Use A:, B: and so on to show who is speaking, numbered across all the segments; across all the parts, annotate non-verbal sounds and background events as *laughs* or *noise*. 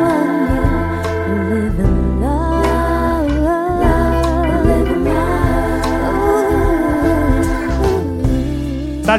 A: one you live in love, live in love.
B: 大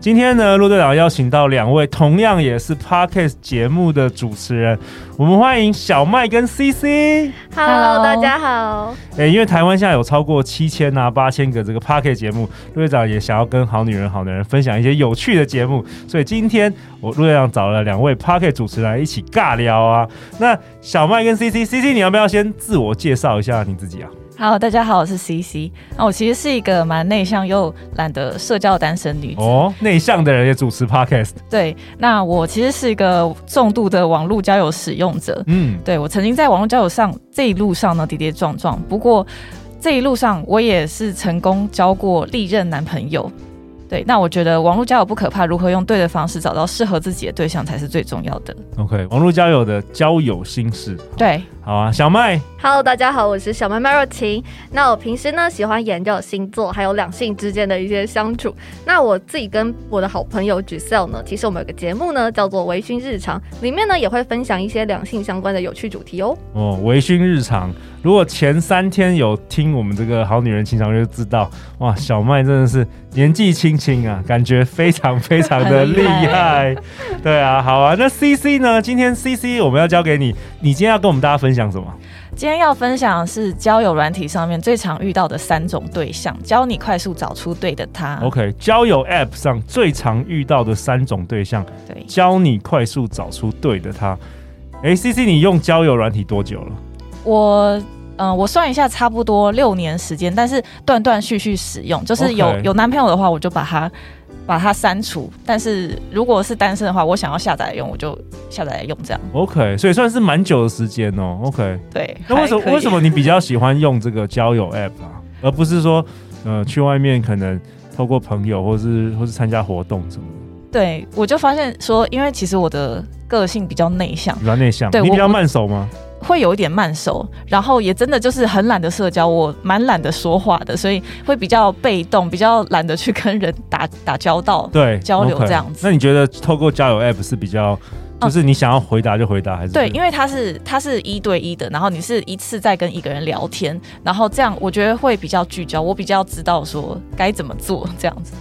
B: 今天呢，陆队长邀请到两位同样也是 Podcast 节目的主持人，我们欢迎小麦跟 CC。
C: Hello，
D: Hello
C: 大家好。
B: 诶、因为台湾现在有超过七千啊八千个这个 Pocket 节目，陆队长也想要跟好女人、好男人分享一些有趣的节目，所以今天我陆队长找了两位 Pocket 主持人来一起尬聊啊。那小麦跟 CC，CC 你要不要先自我介绍一下你自己啊？
D: Hello，大家好，我是 CC。那、我其实是一个蛮内向又懒得社交的单身女子。
B: 哦，内向的人也主持 Podcast，
D: 对，那我其实是一个重度的网络交友使用者。
B: 嗯，
D: 对我曾经在网络交友上这一路上呢跌跌撞撞，不过这一路上我也是成功交过历任男朋友。对，那我觉得网络交友不可怕，如何用对的方式找到适合自己的对象才是最重要的。
B: OK，网络交友的交友心事，
D: 对，
B: 好啊，小麦，
C: Hello，大家好，我是小麦麦若晴。那我平时呢喜欢研究星座，还有两性之间的一些相处。那我自己跟我的好朋友 Giselle 呢，其实我们有个节目呢叫做《微醺日常》，里面呢也会分享一些两性相关的有趣主题哦。
B: 哦，微醺日常。如果前三天有听我们这个《好女人情场》，就知道哇，小麦真的是年纪轻轻啊，感觉非常非常的
D: 很
B: 厉 *laughs*
D: 厉
B: 害。
D: 害
B: 对啊，好啊。那 C C 呢？今天 C C 我们要交给你，你今天要跟我们大家分享什么？
D: 今天要分享的是交友软体上面最常遇到的三种对象，教你快速找出对的他。
B: OK，交友 App 上最常遇到的三种对象，
D: 对，
B: 教你快速找出对的他。哎，C C，你用交友软体多久了？
D: 我嗯、呃我算一下，差不多六年时间，但是断断续续使用，就是
B: OK
D: 有有男朋友的话，我就把它把它删除；但是如果是单身的话，我想要下载来用，我就下载来用，这样
B: OK，所以算是蛮久的时间哦。OK，
D: 对。
B: 那为什
D: 还可
B: 么
D: 以
B: 为什么你比较喜欢用这个交友 App 啊，而不是说呃去外面可能透过朋友或是或是参加活动什么的？
D: 对我就发现说，因为其实我的个性比较内向。
B: 比较内向，
D: 对
B: 你
D: 我
B: 比较慢手吗？
D: 会有一点慢熟，然后也真的就是很懒得社交，我蛮懒得说话的，所以会比较被动，比较懒得去跟人打打交道。
B: 对，
D: 交流
B: OK
D: 这样子哦
B: 那你觉得透过交友 App 是比较，就是你想要回答就回答，还是
D: 对，因
B: 为
D: 为它是它是一对一的，然后你是一次在跟一个人聊天，然后这样我觉得会比较聚焦，我比较知道说该怎么做这样子。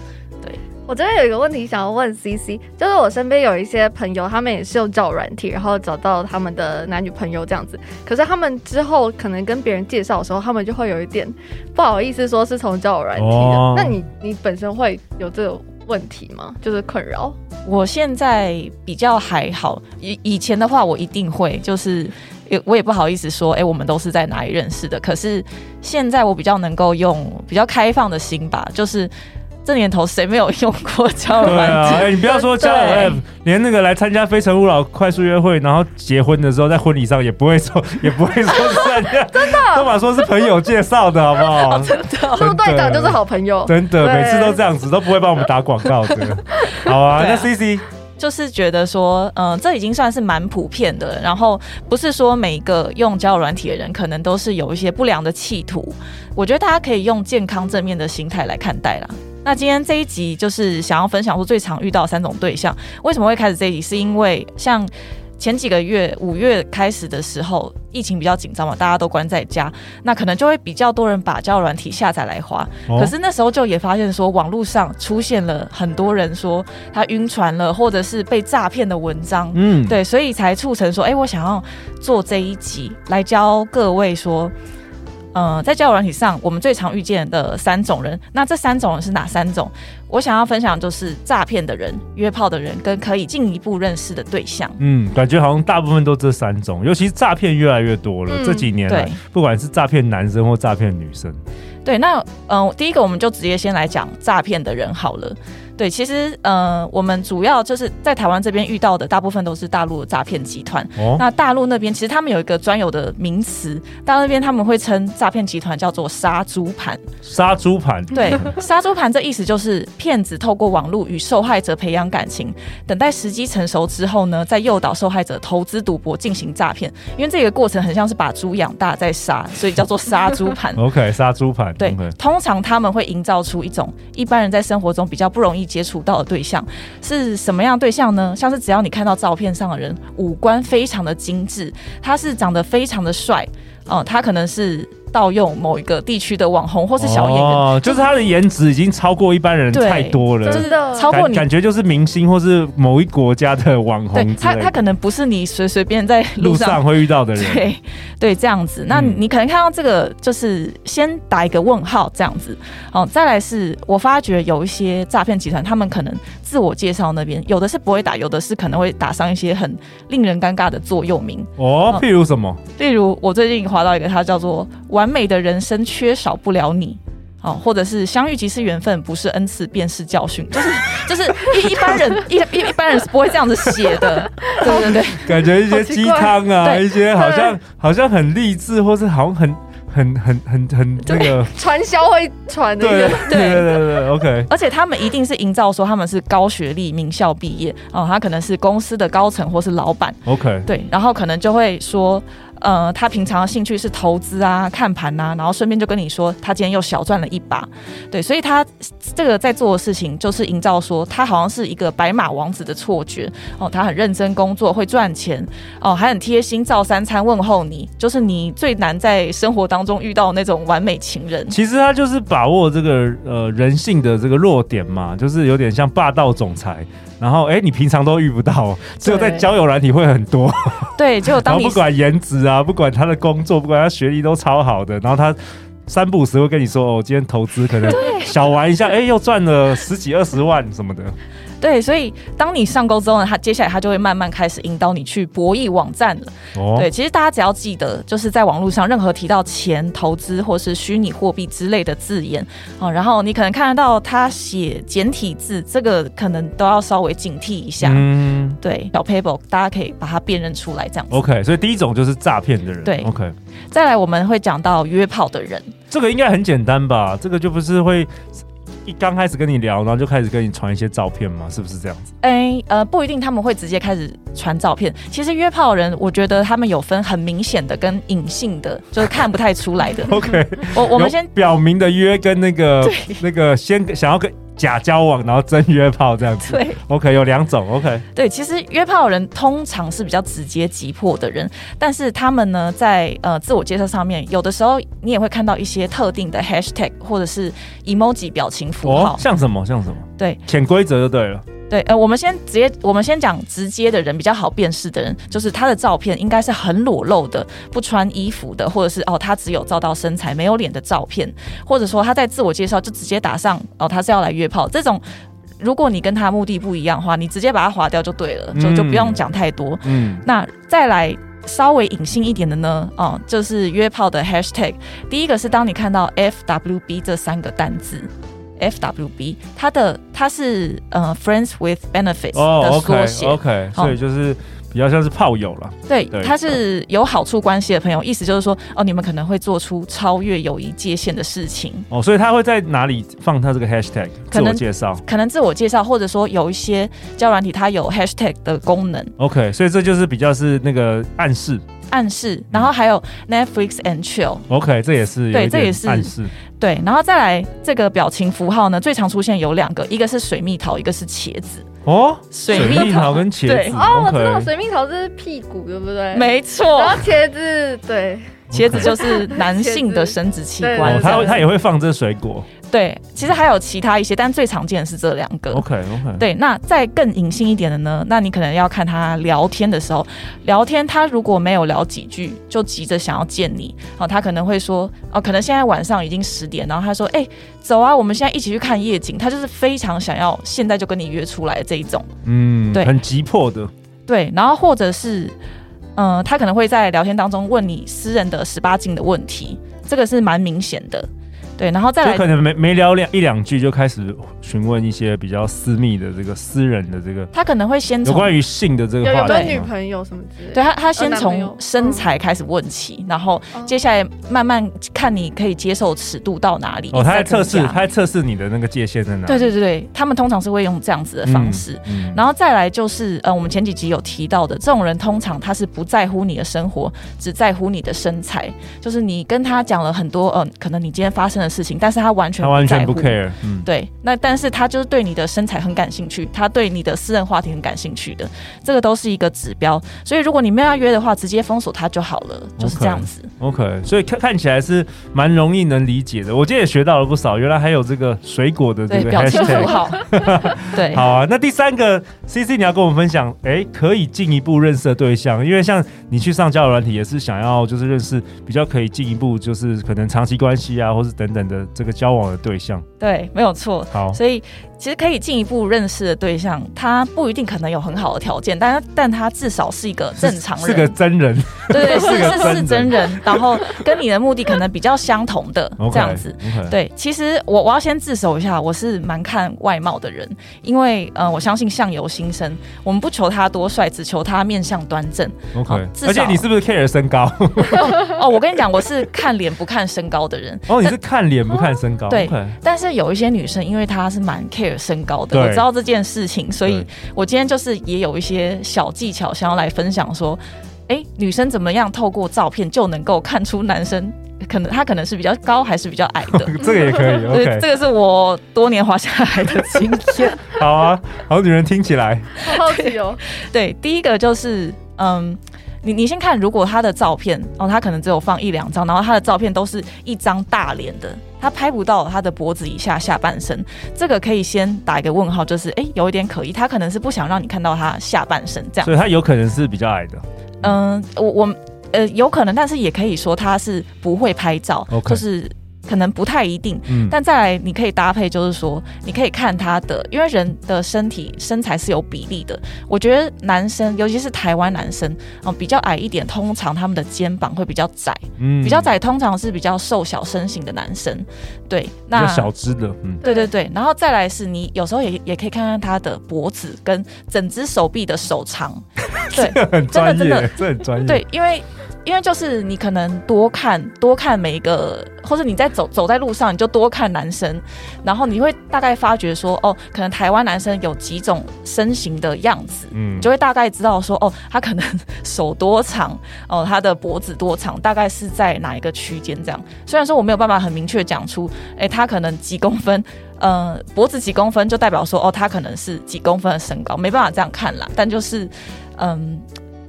C: 我这边有一个问题想要问 CC，就是我身边有一些朋友，他们也是用找软体，然后找到他们的男女朋友这样子。可是他们之后可能跟别人介绍的时候，他们就会有一点不好意思说是从交友软体的。
B: 哦
C: 那你你本身会有这种问题吗？就是困扰？
D: 我现在比较还好，以以前的话我一定会，就是也我也不好意思说，哎、我们都是在哪里认识的。可是现在我比较能够用比较开放的心吧，就是这年头谁没有用过交友
B: 对
D: 软
B: 啊，
D: 件？
B: 哎、你不要说交友
D: 对
B: App，连那个来参加《非诚勿扰》快速约会，然后结婚的时候在婚礼上也不会说， *laughs* 也不会说是参加， *laughs* 真的，都把说是朋友介绍的好不 *laughs* 好？真
C: 陆
B: 的
C: 队长就是好朋友。
B: 真的，
C: 对
B: 每次都这样子，都不会帮我们打广告的。
D: *laughs*
B: 好啊，
D: 对
B: 那
D: 啊
B: C C
D: 就是觉得说，嗯、这已经算是蛮普遍的了。然后不是说每一个用交友软体的人，可能都是有一些不良的企图。我觉得大家可以用健康正面的心态来看待啦。那今天这一集就是想要分享出最常遇到的三种对象。为什么会开始这一集？是因为像前几个月五月开始的时候，疫情比较紧张嘛，大家都关在家，那可能就会比较多人把交友软体下载来滑。
B: 哦
D: 可是那时候就也发现说，网络上出现了很多人说他晕船了，或者是被诈骗的文章。
B: 嗯，
D: 对，所以才促成说，哎、我想要做这一集来教各位说，呃，在交友软体上，我们最常遇见的三种人，那这三种人是哪三种？我想要分享就是诈骗的人、约炮的人跟可以进一步认识的对象。
B: 嗯，感觉好像大部分都这三种，尤其是诈骗越来越多了。
C: 嗯
B: 这几年来
D: 对，
B: 不管是诈骗男生或诈骗女生，
D: 对，那嗯、呃第一个我们就直接先来讲诈骗的人好了。对，其实呃，我们主要就是在台湾这边遇到的，大部分都是大陆的诈骗集团。
B: 哦，
D: 那大陆那边其实他们有一个专有的名词，大陆那边他们会称诈骗集团叫做“杀猪盘”。
B: 杀猪盘，。
D: 对，杀猪盘这意思就是骗子透过网络与受害者培养感情，等待时机成熟之后呢，再诱导受害者投资赌博进行诈骗。因为这个过程很像是把猪养大再杀，所以叫做杀猪盘
B: ，OK，杀猪盘，
D: 对
B: OK，
D: 通常他们会营造出一种一般人在生活中比较不容易接触到的对象，是什么样的对象呢？像是只要你看到照片上的人，五官非常的精致，他是长得非常的帅，哦、他可能是盗用某一个地区的网红或是小演员，
B: 哦，就是他的颜值已经超过一般人
D: 对
B: 太多了，
C: 真的
D: 超过
B: 感
D: 你
B: 感觉就是明星或是某一国家的网
D: 对
B: 红之
D: 他，
B: 类
D: 他
B: 的，
D: 可能不是你随随便在
B: 路
D: 路
B: 上
D: 上。
B: 会遇到的人，
D: *laughs* 对对，这样子。那
B: 嗯
D: 你可能看到这个，就是先打一个问号这样子。哦，再来是我发觉有一些诈骗集团，他们可能自我介绍那边有的是不会打，有的是可能会打上一些很令人尴尬的座右铭。
B: 哦，譬如什么？
D: 例如，我最近划到一个，它叫做“完美的人生缺少不了你”。哦，或者是相遇即是缘分，不是恩赐便是教训，就是就是一一般人一一一般人是不会这样子写的，对对对。
B: 感觉一些鸡汤啊，
D: 好奇怪对
B: 一些好像好像很励志，或是好像很很很很很那个，
C: 传销会传的一
B: 对
C: 个
B: *laughs* 对对对对，OK，
D: 而且他们一定是营造说他们是高学历、名校毕业哦，他可能是公司的高层或是老板，
B: OK，
D: 对，然后可能就会说，呃，他平常的兴趣是投资啊、看盘啊，然后顺便就跟你说他今天又小赚了一把，对，所以他这个在做的事情就是营造说他好像是一个白马王子的错觉哦，他很认真工作，会赚钱哦，还很贴心，照三餐问候你，就是你最难在生活当中遇到的那种完美情人。
B: 其实他就是把握这个呃人性的这个弱点嘛，就是有点像霸道总裁。然后，哎，你平常都遇不到，只有在交友软体会很多。
D: 对，结果
B: 然
D: 当
B: 后
D: 你
B: 不管颜值啊，不管他的工作，不管他学历都超好的。然后他三不五时会跟你说：“哦，我今天投资可能小玩一下，哎，又赚了十几二十万什么的。
D: 对，所以当你上钩之后呢，他接下来他就会慢慢开始引导你去博弈网站了。”
B: 哦，
D: 对，其实大家只要记得，就是在网络上任何提到钱、投资或是虚拟货币之类的字眼哦，然后你可能看得到他写简体字，这个可能都要稍微警惕一下。
B: 嗯
D: 对，小 paper 大家可以把它辨认出来这样子。
B: ，OK。所以第一种就是诈骗的人，
D: 对
B: ，OK。
D: 再来，我们会讲到约炮的人，
B: 这个应该很简单吧？这个就不是会一刚开始跟你聊，然后就开始跟你传一些照片吗？是不是这样子？。
D: 哎，呃，不一定他们会直接开始传照片。其实约炮的人，我觉得他们有分很明显的跟隐性的，就是看不太出来的
B: OK，
D: 我嗯我们
B: 有
D: 先
B: 表明的约跟那个那个先想要跟假交往，然后真约炮这样子。
D: 对
B: OK，有两种 OK，
D: 对，其实约炮的人通常是比较直接急迫的人，但是他们呢，在呃自我介绍上面，有的时候你也会看到一些特定的 hashtag 或者是 emoji 表情符号。
B: 哦像什么像什么？
D: 对，
B: 潜规则就对了。
D: 对，呃，我们先直接，我们先讲直接的人比较好辨识的人，就是他的照片应该是很裸露的，不穿衣服的，或者是哦，他只有照到身材没有脸的照片，或者说他在自我介绍就直接打上哦，他是要来约炮这种。如果你跟他目的不一样的话，你直接把它划掉就对了，就就不用讲太多。
B: 嗯，
D: 那再来稍微隐性一点的呢，哦、就是约炮的 hashtag。第一个是当你看到 FWB 这三个单字。FWB，它的它是呃 Friends with Benefits
B: 哦
D: 的缩
B: ，OK
D: 写
B: OK，
D: 好
B: 所以就是比较像是炮友了。
D: 对
B: 对，嗯
D: 它是有好处关系的朋友，意思就是说，哦，你们可能会做出超越友谊界限的事情，
B: 哦，所以他会在哪里放他这个 hashtag 自
D: 可能
B: 我介绍
D: 可能自我介绍，或者说有一些交友软体它有 hashtag 的功能
B: ？OK，所以这就是比较是那个暗示。
D: 暗示，然后还有 Netflix and chill，
B: OK，这也是有一
D: 对
B: 点
D: 这也是
B: 暗示。
D: 对，然后再来这个表情符号呢，最常出现有两个，一个是水蜜桃，一个是茄子。
B: 哦，
D: 水
B: 水蜜
D: 蜜
B: 桃跟茄
D: 对
B: 子
C: 哦，我知道
B: OK
C: 水蜜桃这是屁股，对不对？。
D: 没
C: 然
B: *laughs*
D: 错
C: 后，茄子，对，
D: 茄子就是男性的生殖器
B: 哦
D: 官。
C: 对
D: 这样
B: 他
D: 子
B: 他也会放这水果
D: 对，其实还有其他一些，但最常见的是这两个。
B: ，OK OK，，
D: 对，那再更隐性一点的呢？那你可能要看他聊天的时候，聊天他如果没有聊几句就急着想要见你，哦，他可能会说，哦，可能现在晚上已经十点，然后他说，哎、走啊，我们现在一起去看夜景，他就是非常想要现在就跟你约出来的这一种。
B: 嗯，
D: 对
B: 很急迫的，
D: 对，然后或者是，嗯、他可能会在聊天当中问你私人的十八禁的问题，这个是蛮明显的。对，然后再
B: 就
D: 来
B: 可能没没聊两一两句就开始询问一些比较私密的这个私人的这个
D: 他可能会先
B: 有
D: 从
B: 关于性的这个
C: 有有
B: 话
C: 没有
B: 题
C: 女
B: 吗。
C: 朋友什么之类的？
D: 对他，他先
C: 哦男朋友嗯
D: 从身材开始问起，然后
C: 哦
D: 接下来慢慢看你可以接受尺度到哪里。
B: 哦，他在
D: 再
B: 测
D: 增
B: 试，
D: 加
B: 他在测试你的那个界限在哪？
D: 对对对对，他们通常是会用这样子的
B: 嗯，
D: 方式。
B: 嗯
D: 然后再来就是，呃，我们前几集有提到的，这种人通常他是不在乎你的生活，只在乎你的身材。就是你跟他讲了很多，嗯、可能你今天发生的事情，但是他完全
B: 他完全不
D: 不在乎
B: care，嗯，
D: 对，那但是他就是对你的身材很感兴趣，他对你的私人话题很感兴趣的，这个都是一个指标。所以如果你没有要约的话，直接封锁他就好了，就是这样子。
B: OK，所以看看起来是蛮容易能理解的。我今天也学到了不少，原来还有这个水果的这
D: 对，
B: 个
D: 表情
B: hashtag
D: 符号。 *laughs* 对，
B: 好啊，那第三个 C C，你要跟我们分享，哎、可以进一步认识的对象，因为像你去上交友软体，也是想要就是认识比较可以进一步，就是可能长期关系啊，或是等等的这个交往的对象。
D: 对，没有错。
B: 好，
D: 所以其实可以进一步认识的对象，他不一定可能有很好的条件，但但他至少是一个正常人，
B: 是个真人，
D: *laughs* 对对，
B: 是个
D: 是是是
B: 真人
D: 真人，然后跟你的目的可能比较相
B: *laughs*
D: 同的
B: o k
D: 这样子。。对，其实我我要先自首一下，我是蛮看外貌的人，因为呃，我相信相由心生，我们不求他多帅，只求他面相端正。
B: OK，
D: 好至
B: 而且
D: 少
B: 你是不是 care 身
D: *laughs*
B: 高？
D: 哦，我跟你讲，我是看脸不看身高的人，
B: 哦，你是看脸不看身高。
D: 对
B: 哦 OK
D: 但是有一些女生，因为她是蛮 care 身高的，
B: 对
D: 我知道这件事情，所以
B: 对
D: 我今天就是也有一些小技巧想要来分享说，诶，女生怎么样透过照片就能够看出男生可能他可能是比较高还是比较矮的。
B: 这个也可以。
D: 对，
B: *laughs* OK，
D: 这个是我多年滑下来的经验。
B: 好啊，好女人听起来
C: 好好奇哦。
D: 对，第一个就是，嗯，你你先看，如果他的照片，哦，他可能只有放一两张，然后他的照片都是一张大脸的，他拍不到他的脖子以下下半身，这个可以先打一个问号，就是，哎，有一点可疑，他可能是不想让你看到他下半身这样
B: 所。以他有可能是比较矮的。
D: 嗯，我我呃有可能，但是也可以说他是不会拍照
B: OK
D: 就是可能不太一定。
B: 嗯，
D: 但再来，你可以搭配，就是说，你可以看他的，因为人的身体身材是有比例的。我觉得男生，尤其是台湾男生，嗯、比较矮一点，通常他们的肩膀会比较窄，
B: 嗯
D: 比较，窄，通常是比较瘦小身形的男生。对，
B: 比
D: 那
B: 较小只的。
D: *laughs*
B: 嗯，
D: 对对对，然后再来是你有时候也也可以看看他的脖子跟整只手臂的手长，对，
B: 很专
D: 真的
B: 业，这很专业。
D: 对，因为因为就是你可能多看多看每一个，或者你在走走在路上，你就多看男生，然后你会大概发觉说，哦，可能台湾男生有几种身形的样子。
B: 嗯，
D: 你就会大概知道说，哦，他可能 *laughs* 手多长，哦，他的脖子多长，大概是在哪一个区间这样。虽然说我没有办法很明确讲出，诶，他可能几公分，呃，脖子几公分就代表说，哦，他可能是几公分的身高，没办法这样看啦。但就是，嗯，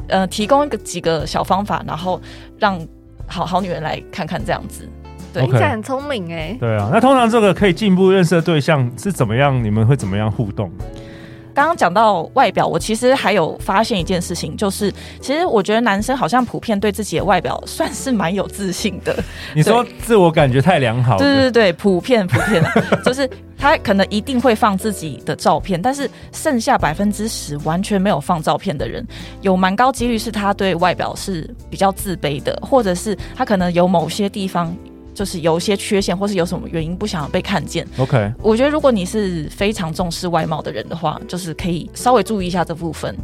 D: 呃，提供一个几个小方法，然后让好好女人来看看这样子。对
B: OK
C: 听起来很聪明哎。
B: 对啊，那通常这个可以进一步认识的对象是怎么样？你们会怎么样互动？
D: 刚刚讲到外表，我其实还有发现一件事情，就是其实我觉得男生好像普遍对自己的外表算是蛮有自信的。
B: 你说自我感觉太良好，
D: 对对对，普遍普遍，就是他可能一定会放自己的照片，但是剩下百分之十完全没有放照片的人，有蛮高几率是他对外表是比较自卑的，或者是他可能有某些地方。就是有一些缺陷，或是有什么原因不想被看见。
B: OK，
D: 我觉得，如果你是非常重视外貌的人的话，就是可以稍微注意一下这部分。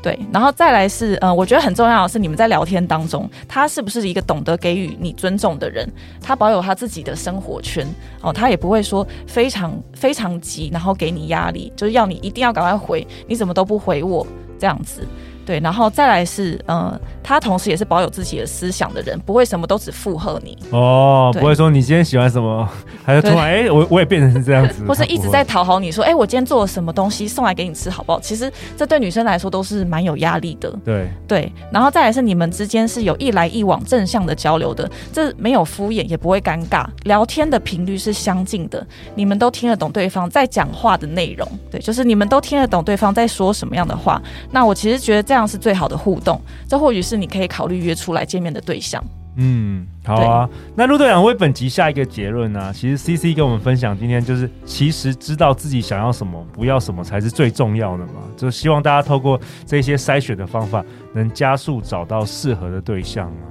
D: 对，然后再来是，呃，我觉得很重要的是，你们在聊天当中，他是不是一个懂得给予你尊重的人？他保有他自己的生活圈哦，他也不会说非常非常急，然后给你压力，就是要你一定要赶快回，你怎么都不回我这样子。对，然后再来是，呃，他同时也是保有自己的思想的人，不会什么都只附和你，
B: 哦，
D: 对
B: 不会说你今天喜欢什么，还是突然哎、我我也变成是这样子，
D: 或是一直在讨好你说，哎、我今天做了什么东西送来给你吃好不好？其实这对女生来说都是蛮有压力的，
B: 对，
D: 对。然后再来是你们之间是有一来一往正向的交流的，这没有敷衍，也不会尴尬，聊天的频率是相近的，你们都听得懂对方在讲话的内容，对，就是你们都听得懂对方在说什么样的话。那我其实觉得这样是最好的互动，这或许是你可以考虑约出来见面的对象。
B: 嗯，好啊。那陆队长为本集下一个结论呢、其实 C C 跟我们分享今天就是，其实知道自己想要什么、不要什么才是最重要的嘛。就希望大家透过这些筛选的方法，能加速找到适合的对象啊。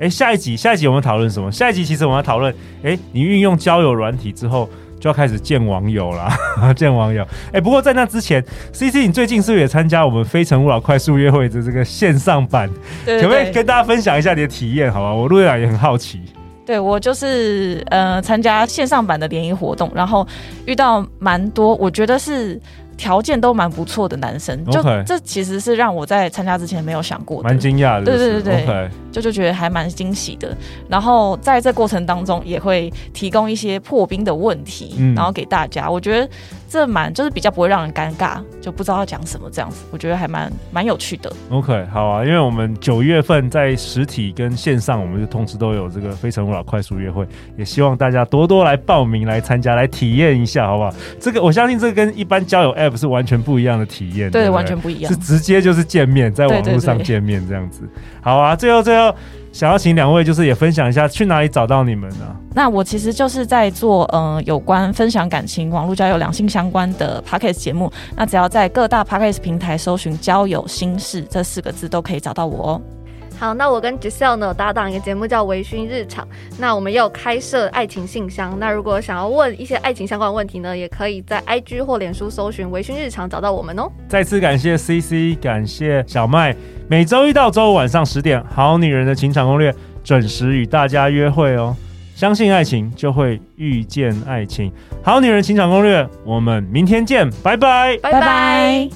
B: 哎，下一集下一集我们讨论什么？下一集其实我们要讨论，哎，你运用交友软体之后。就要开始见网友啦， *laughs* 见网友。哎、不过在那之前，C C，你最近是不是也参加我们《非诚勿扰》快速约会的这个线上版？
D: 对
B: 可不可以
D: 对对，
B: 跟大家分享一下你的体验？好吧，我陆队长也很好奇。
D: 对我就是呃参加线上版的联谊活动，然后遇到蛮多，我觉得是。条件都蛮不错的男生，就
B: OK
D: 这其实是让我在参加之前没有想过的，
B: 蛮惊讶的，
D: 对
B: 就是
D: 对对
B: OK，
D: 就就觉得还蛮惊喜的。然后在这过程当中，也会提供一些破冰的问题，
B: 嗯
D: 然后给大家。我觉得这蛮就是比较不会让人尴尬，就不知道要讲什么这样子，我觉得还蛮蛮有趣的。
B: OK，好啊，因为我们九月份在实体跟线上，我们就同时都有这个《非诚勿扰》快速约会，也希望大家多多来报名来参加，来体验一下，好不好？这个我相信这跟一般交友 App 是完全不一样的体验，
D: 对，
B: 不
D: 完全不一样
B: 是。直接就是见面，在网络上
D: 对对对
B: 见面这样子。好啊，最后最后想要请两位就是也分享一下去哪里找到你们呢、
D: 那我其实就是在做嗯、呃有关分享感情、网络交友、两性相关的 podcast 节目。那只要在各大 podcast 平台搜寻“交友心事”这四个字，都可以找到我哦。
C: 好，那我跟 Giselle 呢有搭档一个节目叫《微醺日常》，那我们也有开设爱情信箱。那如果想要问一些爱情相关的问题呢，也可以在 IG 或脸书搜寻“微醺日常”找到我们哦。
B: 再次感谢 CC，感谢小麦。每周一到周五晚上十点，《好女人的情场攻略》准时与大家约会哦。相信爱情，就会遇见爱情。《好女人情场攻略》，我们明天见，拜拜。
C: 拜拜。
D: 拜